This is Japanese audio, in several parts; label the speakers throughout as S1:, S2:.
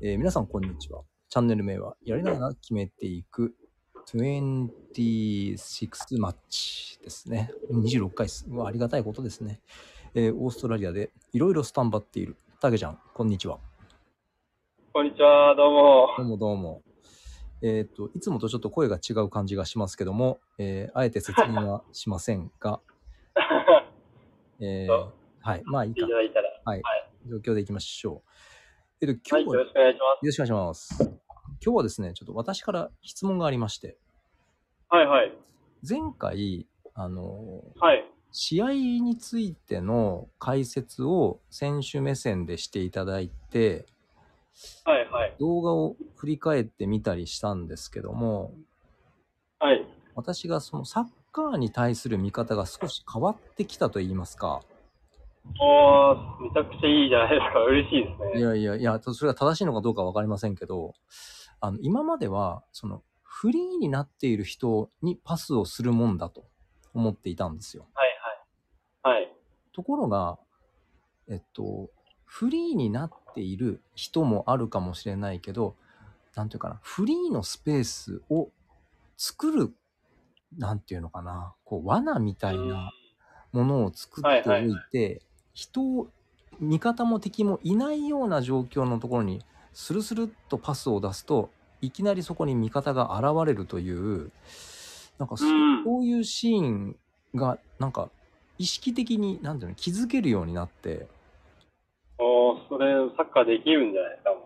S1: えー皆さん、こんにちは。チャンネル名は、やりながら決めていく26マッチですね。26回です。うわありがたいことですね。えーオーストラリアでいろいろスタンバっている。たけちゃん、こんにちは。
S2: こんにちは、どうも。
S1: どうもどうも。えっ、と、いつもとちょっと声が違う感じがしますけども、えーあえて説明はしませんが、えー
S2: そう
S1: はい、まあいい
S2: 来てい
S1: か
S2: た。だいたら。
S1: 状況でいきましょう。えっ、と、
S2: は
S1: 今日
S2: い、よ
S1: は、
S2: ろしくお願いしま
S1: よろしくお願いします。今日はですね、ちょっと私から質問がありまして、
S2: す。はい、はい。
S1: 前回、あの、
S2: はい。
S1: 試合についての解説を選手目線でしていただいて、
S2: はい、はい。
S1: 動画を振り返ってみたりしたんですけども、
S2: はい。
S1: 私がそのサッカーに対する見方が少し変わってきたと言いますか、
S2: おー、めちゃくちゃいいじゃないですか。 嬉しいです
S1: い
S2: ね。
S1: やいやいや、とそれが正しいのかどうかわかりませんけど、あの、今までは、その、フリーになっている人にパスをするもんだと思っていたんですよ。
S2: はい、はい。はい。
S1: ところが、えっと、フリーになっている人もあるかもしれないけど、なんていうかな、フリーのスペースを作る、なんていうのかな、こう、罠みたいなものを作っておいて、人を、味方も敵もいないような状況のところに、スルスルっとパスを出すと、いきなりそこに味方が現れるという、なんかそ
S2: うん
S1: そういうシーンが、なんか意識的に、なんていうの、気づけるようになって、
S2: おー、それ、サッカーできるんじゃないですか。もう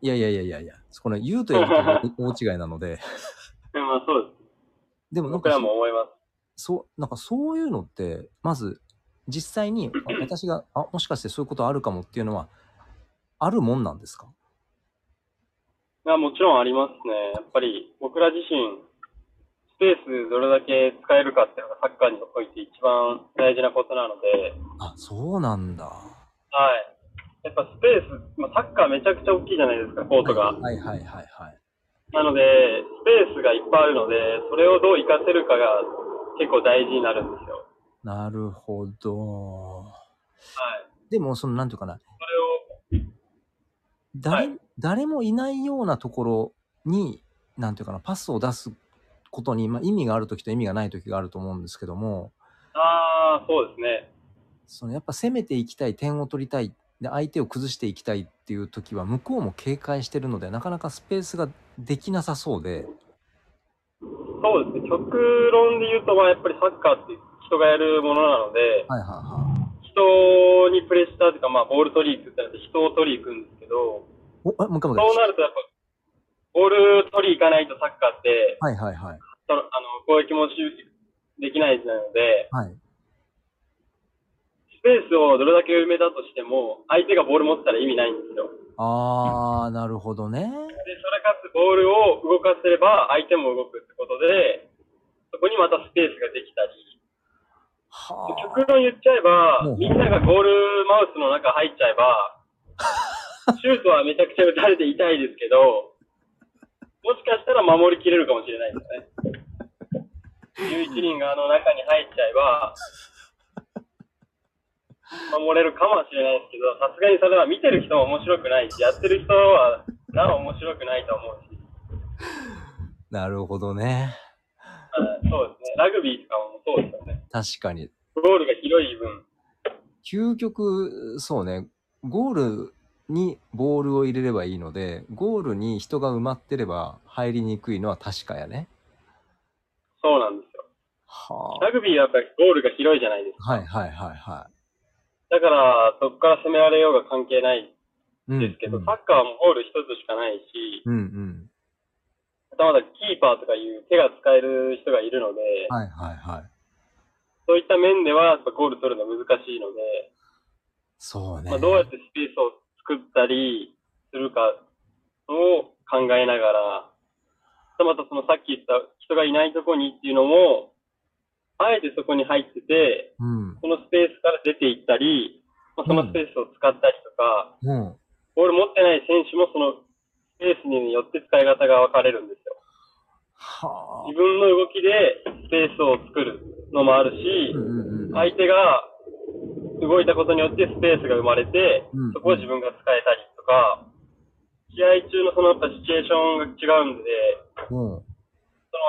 S1: いやいやいやいやいや、この言うとやるとは大違いなので、
S2: でも、まあそうです。
S1: でもなん
S2: 僕
S1: からそ
S2: も思います。
S1: そう、なんかそういうのって、まず実際 にあ私が、あ、もしかしてそういうことあるかもっていうのは、あるもんなんですか
S2: いや、もちろんありますね。やっぱり、僕ら自身、スペースどれだけ使えるかっていうのがサッカーにおいて一番大事なことなので、
S1: あ、そうなんだ。
S2: はい。やっぱスペース、まあ、サッカーめちゃくちゃ大きいじゃないですか、コートが。
S1: はいはいはいはいはい。
S2: なので、スペースがいっぱいあるので、それをどう活かせるかが結構大事になるんですよ。
S1: なるほど。
S2: はい。
S1: でも、その、なんていうかな、
S2: そ
S1: 誰,、
S2: は
S1: 誰もいないようなところに、なんていうかな、パスを出すことに、まあ、意味があるときと意味がないときがあると思うんですけども、
S2: れを、ああ、そうですね。
S1: そのやっぱ攻めていきたい、点を取りたい、で相手を崩していきたいっていうときは、向こうも警戒してるので、なかなかスペースができなさそうで、
S2: そうですね。極論で言うと、まあ、やっぱりサッカーって人がやるものなので、
S1: はいはいはい。
S2: 人にプレッシャーというか、まあ、ボール取りに行くってなって人を取りに行くんですけど、
S1: おあもう一回もう一
S2: そ
S1: 回。
S2: うなるとやっぱ、ボール取りに行かないとサッカーって、
S1: はいはいはい。
S2: そのあの攻撃も集中できないので、
S1: はい。
S2: スペースをどれだけ埋めたとしても、相手がボール持ってたら意味ないんですよ。
S1: あー、なるほどね。
S2: で、それかつボールを動かせれば相手も動くってことで、そこにまたスペースができたり、
S1: は
S2: 極論言っちゃえば
S1: もう、
S2: みんながゴールマウスの中入っちゃ えば、シュートはめちゃくちゃ打たれて痛いですけど、もしかしたら守りきれるかもしれないですね。11人があの中に入っちゃえば、守れるかもしれないですけど、さすがにそれは見てる人も面白くないし、やってる人はなお面白くないと思うし、
S1: あ。なるほどね。
S2: はい そうですね。ラグビーとかもそうですよね。
S1: 確かに。
S2: ゴールが広い分、
S1: 究極そうねゴールにボールを入れればいいのでゴールに人が埋まってれば入りにくいのは確かやね
S2: そうなんですよ。
S1: は
S2: ラグビーはやっぱりゴールが広いじゃないです
S1: あはいはいはいは
S2: か。だから、そこから攻められようが関係ない
S1: いうん
S2: ですけど、
S1: うん
S2: サッカーはもうゴール一つしかないし、
S1: うんうん
S2: またまだキーパーとかいう手が使える人がいるので、
S1: はいはいはい
S2: そういった面ではやっぱゴール取るの難しいので、
S1: そうね、
S2: まあ、どうやってスペースを作ったりするかを考えながら、またまたそのさっき言った人がいないとこにっていうのも、あえてそこに入ってて、
S1: うん
S2: そのスペースから出ていったり、まあ、そのスペースを使ったりとか、
S1: うん
S2: ボール持ってない選手もそのスペースによって使い方が分かれるんですよ。
S1: はあ
S2: 自分の動きでスペースを作るのもあるし
S1: う、んうんうん
S2: 相手が動いたことによってスペースが生まれて
S1: うん、
S2: そこを自分が使えたりとか、試合中のそのやっぱシチュエーションが違うんで、
S1: うん。
S2: その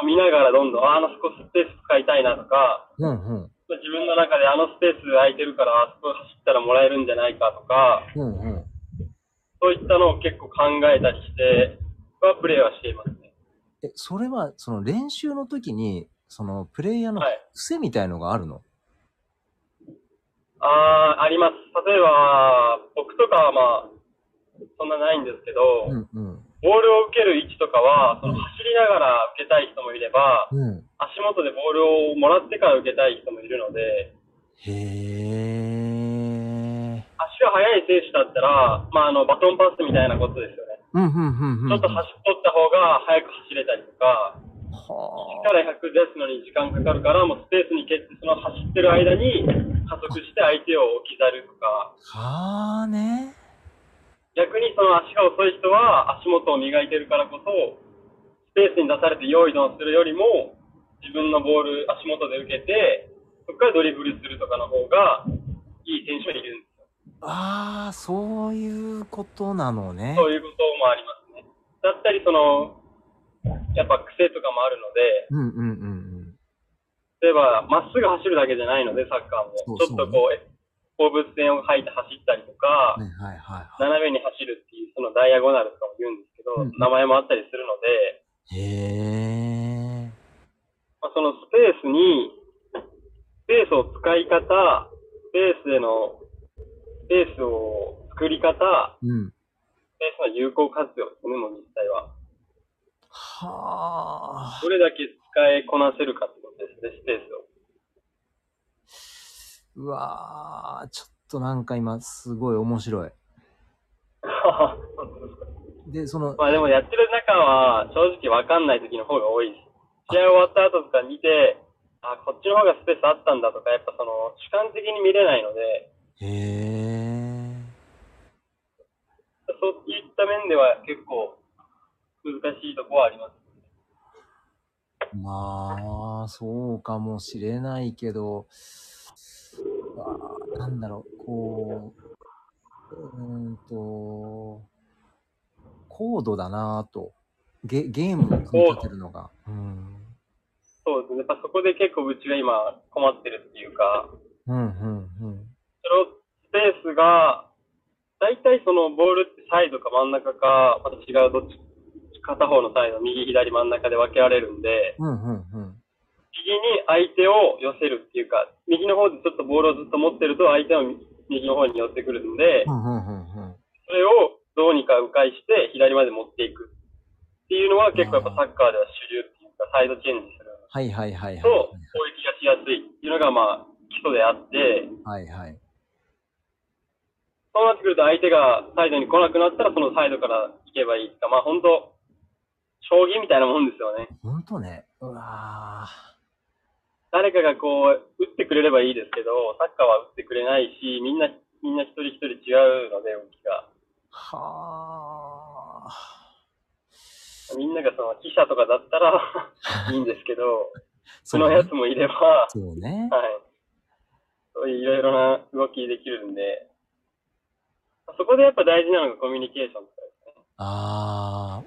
S2: 見ながらどんどん、ああのそこスペース使いたいなとか、
S1: うんうん。
S2: 自分の中であのスペース空いてるから、あそこ走ったらもらえるんじゃないかとか、
S1: うんうん。
S2: そういったのを結構考えたりして、はプレーはしていますね。
S1: え、それは、その練習の時に、そのプレイヤーの
S2: はい。
S1: 癖みたいのがあるの、
S2: ああ、あります。例えば、僕とかはまあ、そんなないんですけど、
S1: うんうん。
S2: ボールを受ける位置とかは、その
S1: うん
S2: 走りながら受けたい人もいれば、
S1: うん。
S2: 足元でボールをもらってから受けたい人もいるので、
S1: へえ。
S2: 足が速い選手だったら、まあ、あの、バトンパスみたいなことですよね。
S1: うんうんうんうん。
S2: ちょっと走っとった方が速く走れたりとか、
S1: はあ。
S2: 力100出すのに時間かかるから、もうスペースに蹴って、その走ってる間に加速して相手を置き去るとか、
S1: はあね。
S2: 逆にその足が遅い人は足元を磨いてるからこそ、スペースに出されて用意ドンするよりも、自分のボール足元で受けて、そこからドリブルするとかの方がいい選手はいるんですよ。
S1: ああ、そういうことなのね。
S2: そういうこともありますね。だったり、その、やっぱ癖とかもあるので、
S1: うんうんうんうん。
S2: 例えば、まっすぐ走るだけじゃないので、サッカーも。
S1: そう
S2: ちょっとこう、え放物線を吐いて走ったりとか、
S1: はいはいはいは
S2: 斜めに走るっていう、そのダイアゴナルとかも言うんですけど、
S1: うん
S2: 名前もあったりするので、
S1: い。へえ。
S2: まあ、そのスペースに、スペースを使い方、スペースでの、スペースを作り方、
S1: うん。
S2: スペースの有効活用ですね、もう実際は。
S1: はあ。
S2: どれだけ使いこなせるかってことですね、スペースを。
S1: うわあ、ちょっとなんか今すごい面白い。 で、その、
S2: まあでもやってる中は正直わかんない時の方が多いです。試合終わった後とか見て、あ、こっちの方がスペースあったんだとか、やっぱその主観的に見れないので、
S1: へえ。
S2: そういった面では結構難しいとこはあります。
S1: まあ、そうかもしれないけど、あーなんだろう、こう、うーんと、高度だなぁと。ゲゲームを組み立てるのが。うん。
S2: そうですね。やっぱそこで結構うちが今困ってるっていうか、
S1: うん、うん、うん。
S2: そのスペースが、だいたいそのボールってサイドか真ん中か、また違うどっち、片方のサイド、右左真ん中で分けられるんで、
S1: うん、うん、うん。
S2: 右に相手を寄せるっていうか、右の方でちょっとボールをずっと持ってると、相手の右の方に寄ってくるんで
S1: う、ん、うん、うんうん。
S2: それをどうにか迂回して、左まで持っていくっていうのは、結構やっぱサッカーでは主流っていうか、サイドチェンジする
S1: はい、はい、はい、
S2: と、
S1: は
S2: 攻撃がしやすいっていうのが、まあ、基礎であって、
S1: い。はい、はい。
S2: そうなってくると、相手がサイドに来なくなったら、そのサイドから行けばいいとか、まあ、本当将棋みたいなもんですよね。
S1: ほんとね。うわぁ。
S2: 誰かがこう、打ってくれればいいですけど、サッカーは打ってくれないし、みんな、みんな一人一人違うので、動きが。
S1: はぁ。
S2: みんながその、記者とかだったらいいんですけ ど、その
S1: ね
S2: やつもいれば、は
S1: そうね。
S2: い。そういういろいろな動きできるんで、そこでやっぱ大事なのがコミュニケーションとかですね。
S1: ああ、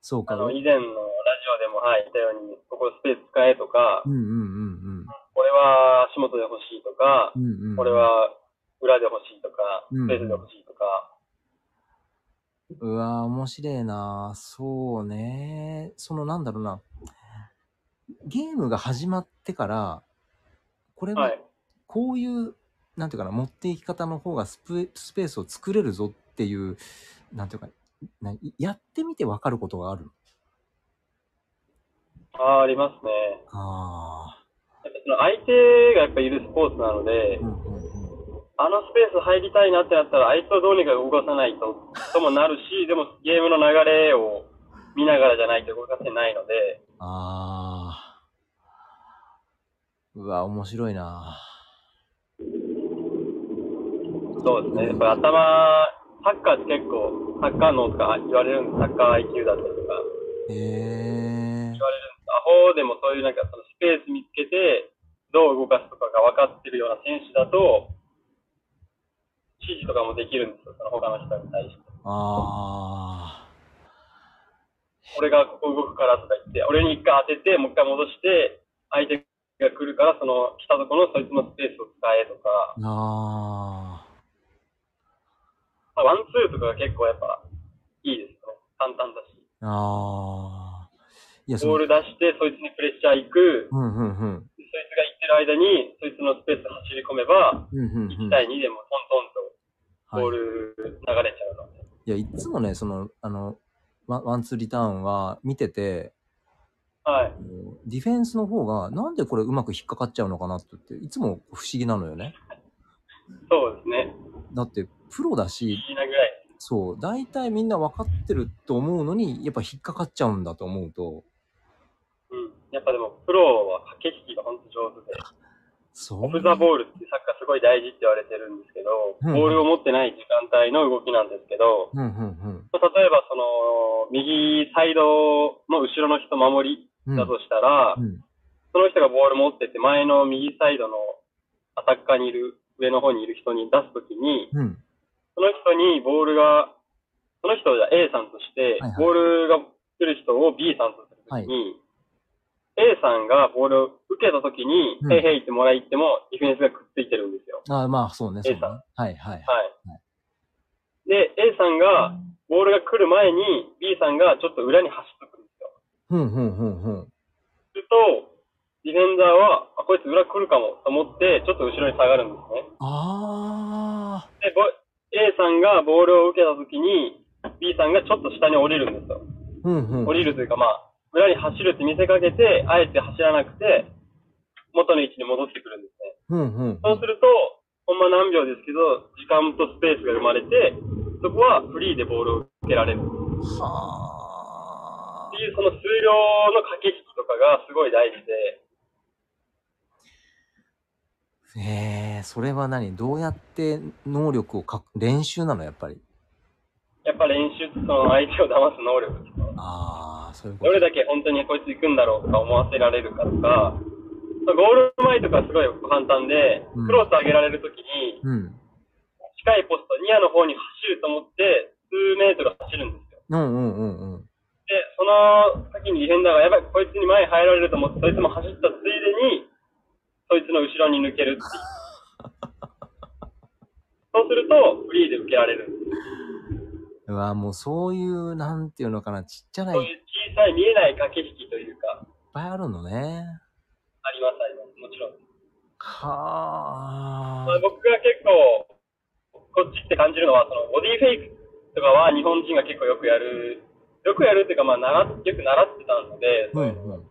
S1: そうか。
S2: あ
S1: う
S2: の、
S1: ん
S2: 以前のラジオでも、はい、言ったように、ここスペース使えとか、
S1: うんうん
S2: これは足元で欲しいとか
S1: う、ん。うんうん、
S2: これ。は裏で欲しいとか、
S1: うん
S2: スペースで欲しいとか、
S1: うわー、面白いな。そうね。そのなんだろうな。ゲームが始まってから、これ
S2: は。
S1: はいこういう、なんていうかな、持っていき方の方がスペスペースを作れるぞっていう、なんていうか、なやってみてわかることがある。
S2: あーありますね。
S1: あ
S2: やっぱその相手がやっぱいるスポーツなので
S1: あ。う、んうんうん。
S2: あのスペース入りたいなってなったら、あいつをどうにか動かさないと、ともなるし、でもゲームの流れを見ながらじゃないと動かせないので、
S1: ああ。うわ、面白いな。
S2: そうですね。やっぱ頭、サッカーって結構、サッカー脳とか言われるんです。サッカー IQ だったりとか。
S1: へえ。
S2: アホでもそういうなんかそのスペース見つけて、どう動かすとかが分かってるような選手だと、指示とかもできるんですよ。その他の人に対して。
S1: ああ。
S2: 俺がここ動くからとか言って、俺に一回当てて、もう一回戻して、相手が来るから、その来たところのそいつのスペースを使えとか、
S1: あ
S2: ワンツーとかが結構やっぱいいですね。簡単だし。
S1: あ。ああ。いや、そ
S2: ボ
S1: の
S2: ール出して、そいつにプレッシャー行く、
S1: うんうんうん。
S2: そいつが行ってる間に、そいつのスペース走り込めば、
S1: うんうんう
S2: 1
S1: ん。
S2: 対2でもトントンとボー
S1: はい、
S2: ル流れちゃうので。
S1: いや、いつもね、その、あの、ワンワンツーリターンは見てて、
S2: はい。
S1: あのディフェンスの方が、なんでこれうまく引っかかっちゃうのかなってって、いつも不思議なのよね。
S2: そうですね。
S1: だって、プロだ
S2: 不
S1: し、
S2: 思議なぐらい。
S1: そう、大体みんな分かってると思うのに、やっぱ引っかかっちゃうんだと思うと、
S2: うん。やっぱでも、プロは駆け引きが本当上手で、
S1: そ
S2: オ
S1: う
S2: フ。ザボールってサッカーすごい大事って言われてるんですけど、
S1: うん
S2: ボールを持ってない時間帯の動きなんですけど、
S1: うんうん
S2: 例えばその、右サイドの後ろの人守り
S1: うん。
S2: だとしたら
S1: う、ん。
S2: その人がボール持ってって、前の右サイドのアタッカーにいる、上の方にいる人に出すときに、
S1: うん。
S2: その人にボールが、その人をじゃあ A さんとして
S1: はいはい、
S2: ボールが来る人を B さんとするときに、A さんがボールを受けたときに
S1: う、ん
S2: へいへいってもらいっても、ディフェンスがくっついてるんですよ。
S1: ああ、まあ、そうね、そう
S2: A
S1: ね
S2: さん。
S1: はい、はい。
S2: はい。で、A さんが、ボールが来る前に、B さんがちょっと裏に走ってくるんですよ。
S1: ふんふんふんふん。
S2: すると、ディフェンダーは、あ、こいつ裏来るかもと思って、ちょっと後ろに下がるんですね。
S1: ああ、
S2: で、ボ A さんがボールを受けたときに、B さんがちょっと下に降りるんですよ。
S1: ふんふん。
S2: 降りるというか、まあ、裏に走るって見せかけて、あえて走らなくて、元の位置に戻ってくるんですね。
S1: ふんふん。
S2: そうすると、ほんま何秒ですけど、時間とスペースが生まれて、そこはフリーでボールを受けられる。っ
S1: はあ
S2: て。いう、その数量の駆け引きとかがすごい大事で、
S1: ええそれは何どうやって能力をかく、練習なの、やっぱり。
S2: やっぱ練習ってその相手を騙す能力ですね
S1: ああ、そういうこ
S2: ど
S1: と。
S2: れだけ本当にこいつ行くんだろうとか思わせられるかとか、ゴール前とかすごい簡単で、
S1: うん
S2: クロス上げられるときに、
S1: うん。
S2: 近いポスト、ニアの方に走ると思って、数メートル走るんですよ。
S1: うんうんうんうん。
S2: で、その先にディフェンダーが、やばい、こいつに前入られると思って、そいつも走ったついでに、そいつの後ろに抜け るっていう。そうすると、フリーで受けられるんです。
S1: うわ、もうそういう、なんていうのかな、ちっちゃな、い
S2: そう
S1: っ
S2: いう小さい見えない駆け引きというか、
S1: ぱいあるのね。
S2: あります、あります。もちろん。
S1: は
S2: まあ、
S1: あ。
S2: 僕が結構、こっちって感じるのは、そのボディフェイクとかは日本人が結構よくやる、よくやるっていうか、まあ、習っよく習ってたので、
S1: うん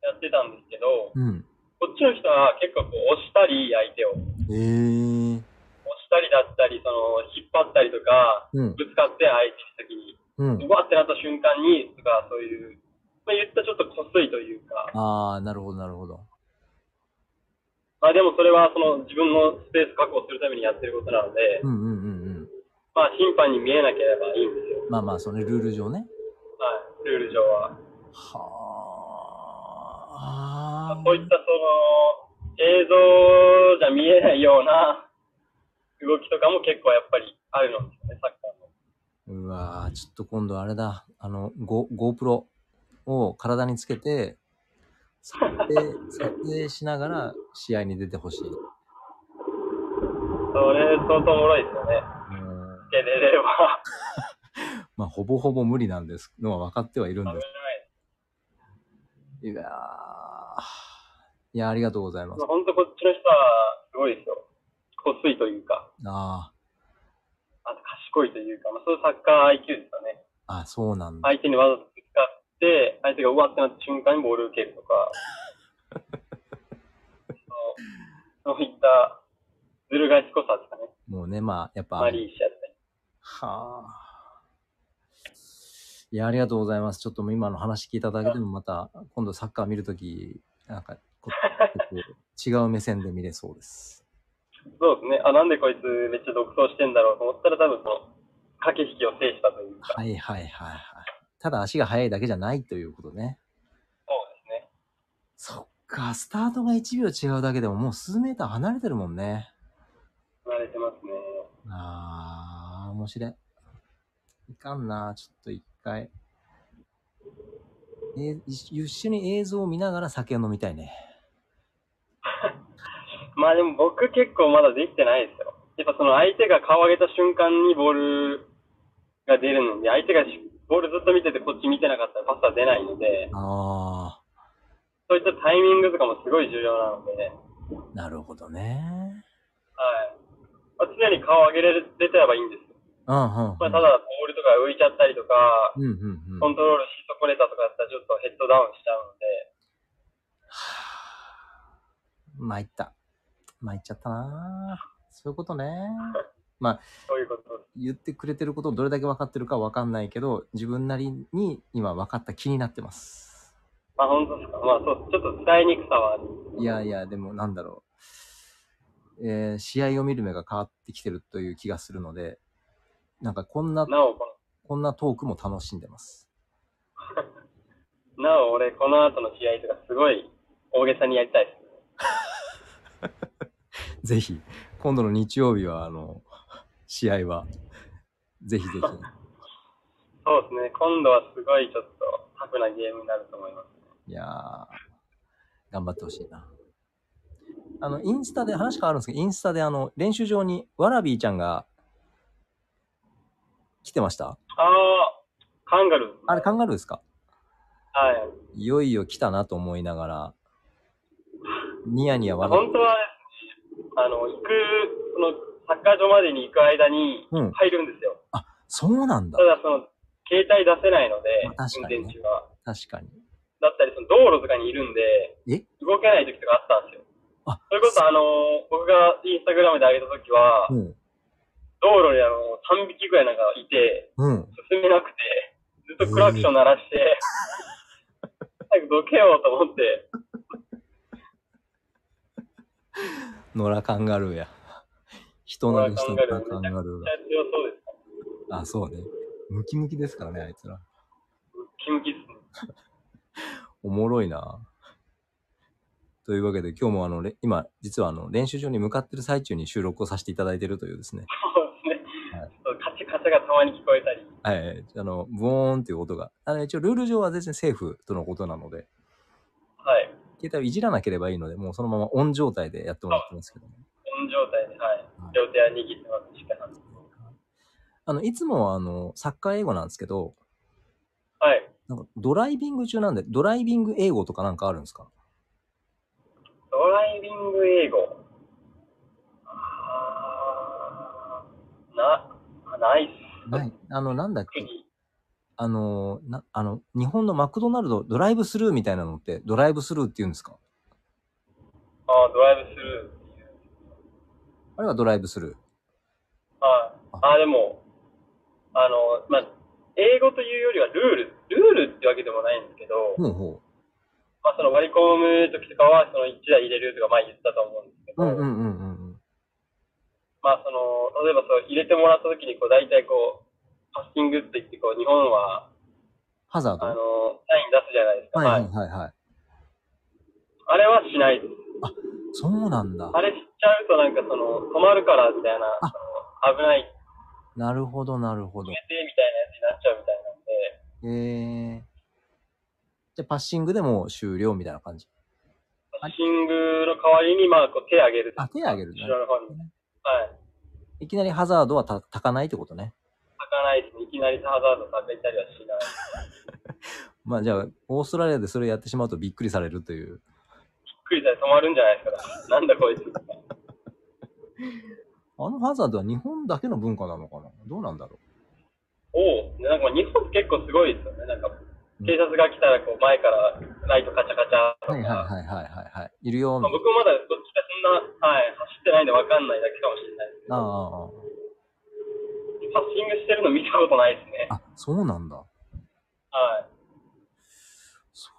S2: やってたんですけど、
S1: うん。うん。
S2: こっちの人は結構こう押したり、相手を。押
S1: ええ
S2: したりだったり、その、引っ張ったりとか、
S1: うん。
S2: ぶつかって相手に
S1: うん
S2: 先に、。うわってなった瞬間に、とか、そういう、まあ、言ったらちょっとこすいというか、
S1: ああ、なるほど、なるほど。
S2: まあでもそれはその自分のスペース確保するためにやってることなので
S1: う、んうんうんうん。
S2: まあ審判に見えなければいいんですよ。
S1: まあまあ、そのルール上ね。
S2: はい、ルール上は。
S1: はあ。
S2: こういったその映像じゃ見えないような 動きとかも結構やっぱりあるのですよね、サッカーの。
S1: うわーちょっと今度あれだ。あの、ゴ GoPro を体につけて、撮影、撮影しながら試合に出てほしい。う
S2: それ相当おもろいですよ
S1: ん
S2: ね。つけれれば。
S1: まあ、ほぼほぼ無理なんですのは分かってはいるん
S2: 危な
S1: で
S2: い
S1: す。。いやーいや、ありがとうございます。
S2: 本当こっちの人はすごいですよ。こすいというか、
S1: あ
S2: あと賢いというか、まあ、そういうサッカー IQ ですかね。
S1: あ、あそうなんだ。
S2: 相手にわざとぶつかって、相手がうわってなった瞬間にボールを受けると か、そうそういったずる賢さですかね。
S1: もうね、まあ、やっぱ、
S2: マリーシアって。
S1: はあ。いや、ありがとうございます。ちょっともう今の話聞いただけでもまた、今度サッカー見るとき、なんか、こ結構違う目線で見れそうです。
S2: そうですね。あ、なんでこいつめっちゃ独走してんだろうと思ったら多分その、駆け引きを制したというか。
S1: はいはいはいはい。ただ足が速いだけじゃないということね。
S2: そうですね。
S1: そっか、スタートが1秒違うだけでももう数メーター離れてるもんね。
S2: 慣れてますね。
S1: あー、面白い。いかんな、ちょっと一回。えー一一緒に映像を見ながら酒を飲みたいね。
S2: まあでも僕結構まだできてないですよ。やっぱその相手が顔上げた瞬間にボールが出るので、相手がしボールずっと見ててこっち見てなかったらパスは出ないので、
S1: あ
S2: そういったタイミングとかもすごい重要なので、
S1: あ、なるほどね。
S2: はい。まあ、常に顔上げれる出てればいいんですよ。
S1: うんうん、うん。
S2: まあ、ただボールとか浮いちゃったりとか、
S1: うんうんうん。
S2: コントロールし損ねたとかだったらちょっとヘッドダウンしちゃうので、
S1: 参った。参っちゃったなそういうことね。まあ、
S2: そういうことです。
S1: 言ってくれてることをどれだけ分かってるか分かんないけど、自分なりに今分かった気になってます。
S2: まあ本当ですか。まあそう、ちょっと伝えにくさはある。
S1: いやいや、でもなんだろう。えー試合を見る目が変わってきてるという気がするので、なんかこんな、
S2: なお、こ
S1: こんなトークも楽しんでます。
S2: のなお俺この後の試合とかすごい大げさにやりたいです。
S1: ぜひ、今度の日曜日は、あの、試合は、ぜひぜひ。
S2: そうですね。今度はすごいちょっとタフなゲームになると思います。
S1: いやー、頑張ってほしいな。あの、インスタで、話変わるんですけど、インスタで、あの、練習場に、わらびーちゃんが、来てました
S2: ああ、カンガルー。
S1: あれ、カンガルーですか
S2: はい。
S1: いよいよ来たなと思いながら、ニヤニヤ笑
S2: 本
S1: っ
S2: 当は、あの、行く、その、サッカー場までに行く間に
S1: うん
S2: 入るんですよ。
S1: そうなんだ
S2: た。だ、その、携帯出せないので、
S1: まあ確かにね
S2: 運転手は。
S1: 確かに。
S2: だったり、その道路とかにいるんで
S1: え、
S2: 動けない時とかあったんですよ。
S1: あ
S2: それこそ、あの、僕がインスタグラムで上げた時は、
S1: うん。
S2: 道路にあの、3匹ぐらいなんかいて、
S1: うん。
S2: 進めなくて、ずっとクラクション鳴らして、 早くどけようと思って、
S1: 野良カンガルーや。人なりした
S2: 野良カ
S1: カ
S2: ン
S1: ン
S2: ガ
S1: ガルーが。
S2: 強そうです。
S1: あ、そうね。ムキムキですからね、あいつら。
S2: キムキですね。
S1: おもろいな。というわけで、今日もあの、れ今、実はあの、練習場に向かってる最中に収録をさせていただいてるというですね。
S2: そうですね。
S1: は
S2: そうカチカチがたまに聞こえたり。
S1: はい。あの、ブオーンっていう音が。あの、一応ルール上は全然セーフとのことなので、
S2: はい。
S1: 携帯をいじらなければいいので、もうそのままオン状態でやってもらってますけど、ね、
S2: この状態で、は
S1: は
S2: い
S1: い。
S2: 両手は握ってます。しっかり
S1: あの、いつもはあの、サッカー英語なんですけど、
S2: はい。
S1: なんかドライビング中なんで、ドライビング英語とかなんかあるんですか
S2: ドライビング英語。あーな、あないっす。
S1: ない。あの、なんだっけ
S2: 次。
S1: あの、な、あの、日本のマクドナルド、ドライブスルーみたいなのって、ドライブスルーって言うんですか
S2: あードライブスルーっていう。
S1: あれはドライブスルー。
S2: はい。あー、でも、あの、まあ、英語というよりはルール、ルールってわけでもないんですけど、
S1: ほうほ
S2: まあ、その割り込む時とかは、その1台入れるとか、まあ言ったと思うんですけ
S1: う。
S2: ど、
S1: うんうんうんうんうん。
S2: まあその、例えばそう入れてもらった時にこう、大体こう、パッシングって言って、こう、日本は、
S1: ハザード。
S2: あ
S1: は
S2: の、サイン出すじゃないですか。
S1: いはい
S2: はい
S1: はいはい。
S2: あれはしないです。
S1: そうなんだ
S2: あ。れしちゃうとなんかその、止まるからみたいな、
S1: あ
S2: その危ない、止
S1: なるほどなるほど
S2: め。てみたいなやつになっちゃうみたいなん
S1: え
S2: で、
S1: ー。じゃあパッシングでもう終了みたいな感じ。
S2: パッシングの代わりに、まあ、こう手上げる。
S1: あ手上げるね
S2: 後ろの方に。はい。
S1: いきなりハザードはたたかないってことね。
S2: 咲かないですね。いきなりハザードさせたりはしない。びっ
S1: まあじゃあ、オーストラリアでそれやってしまうとびっくりされるという。
S2: くりしたら止まるんじゃないですか。なんだこいつ。
S1: あのハザードは日本だけの文化なのかなどうなんだろ
S2: おお、なんか日本結構すごいですよね。なんか、警察が来たらこう前からライトカチャカチャと
S1: う
S2: か。
S1: はいはいはいはいはいはい。いるよ、み
S2: ま
S1: たいな。
S2: あ、僕もまだどっちかそんな、はい、走ってないんで分かんないだけかもしれないですけ
S1: あ
S2: ど、
S1: あああ。
S2: パッシングしてるの見たことないですね。
S1: あ、そうなんだ。
S2: はい。
S1: そ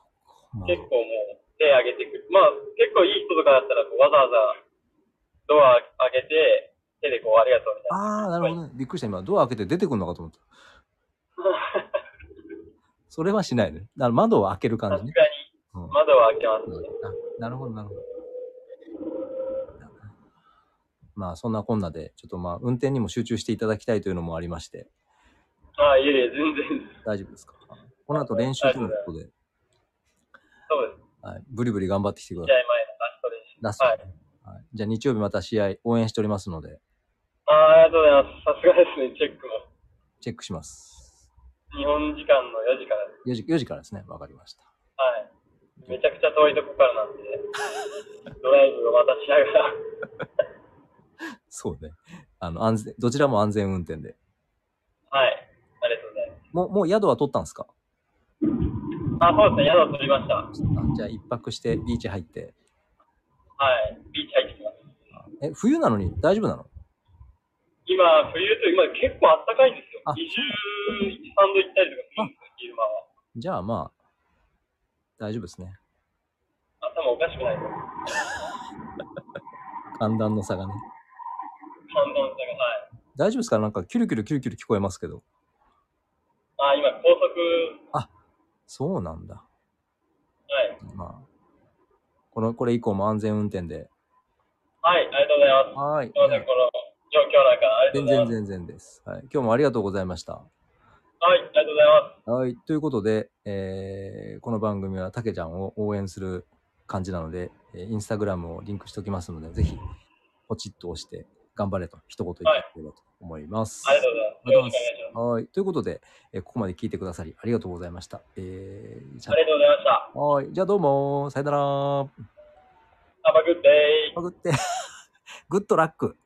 S1: うか。
S2: 結構もう手上げてくる。まあ、結構いい人とかだったらこうわざわざドア上げて、手でこうありがとうみたいな。
S1: ああ、なるほどね。びっくりした。今、ドア開けて出てくるのかと思 った。それはしないね。だから窓を開ける
S2: さ
S1: 感
S2: す
S1: じ
S2: がに
S1: ね。うん
S2: 窓は開けますね。
S1: あなるほど、なるほど。まあ、そんなこんなで、ちょっとまあ、運転にも集中していただきたいというのもありまして、
S2: ああ、いえいえ、全然。
S1: 大丈夫ですかこの後練習ということで、
S2: そうです。
S1: はい、ブリブリ頑張ってきてくだ
S2: 試
S1: さい。
S2: 合前のラスト練習。
S1: ラスト、はい。じゃあ日曜日また試合応援しておりますので、
S2: あーありがとうございます。さすがですね、チェックも。
S1: チェックします。
S2: 日本時間の4時からです。
S1: 4時 ,4 時からですね。わかりました。
S2: はい。めちゃくちゃ遠いとこからなん で、ドライブをまたしながら。
S1: そうね。あの、安全、どちらも安全運転で。
S2: はい。ありがとうございます。
S1: もう、もう宿は取ったんですか
S2: あ、そうですね、宿を取りました。は
S1: あじゃあ一泊してビーチ入って。
S2: い。ビーチ入ってきます。
S1: え、冬なのに大丈夫なの
S2: 今、冬という、今結構暖かいんですよ。
S1: あ
S2: 21、3度いったりとかするんですよ、昼間は。
S1: じゃあまあ、大丈夫ですね。
S2: 頭おかしくないです。
S1: 寒暖の差がね。
S2: 寒暖差が。はい。
S1: 大丈夫ですかなんかキュルキュルキュルキュル聞こえますけど。
S2: あ、今、高速、
S1: そうなんだ。
S2: はい。
S1: まあ、この、これ以降も安全運転で。
S2: はい、ありがとうございます。
S1: はーい
S2: すい。ません、この状況なんか、あり
S1: 全然
S2: がとうございます。
S1: 全然です。はい。今日もありがとうございました。
S2: はい、ありがとうございます。
S1: はい。ということで、えーこの番組はたけちゃんを応援する感じなので、えーインスタグラムをリンクしておきますので、ぜひ、ポチッと押して、頑張れと、一言言っていただければと思います。
S2: ありがとうございます。よろしくお願いします。
S1: はい。ということで、えーここまで聞いてくださりありがとうございました。えー、じゃ
S2: ありがとうございました。
S1: あ、はい。じゃあどうも、さよなら。
S2: Have a good day.
S1: グって、グッドラック。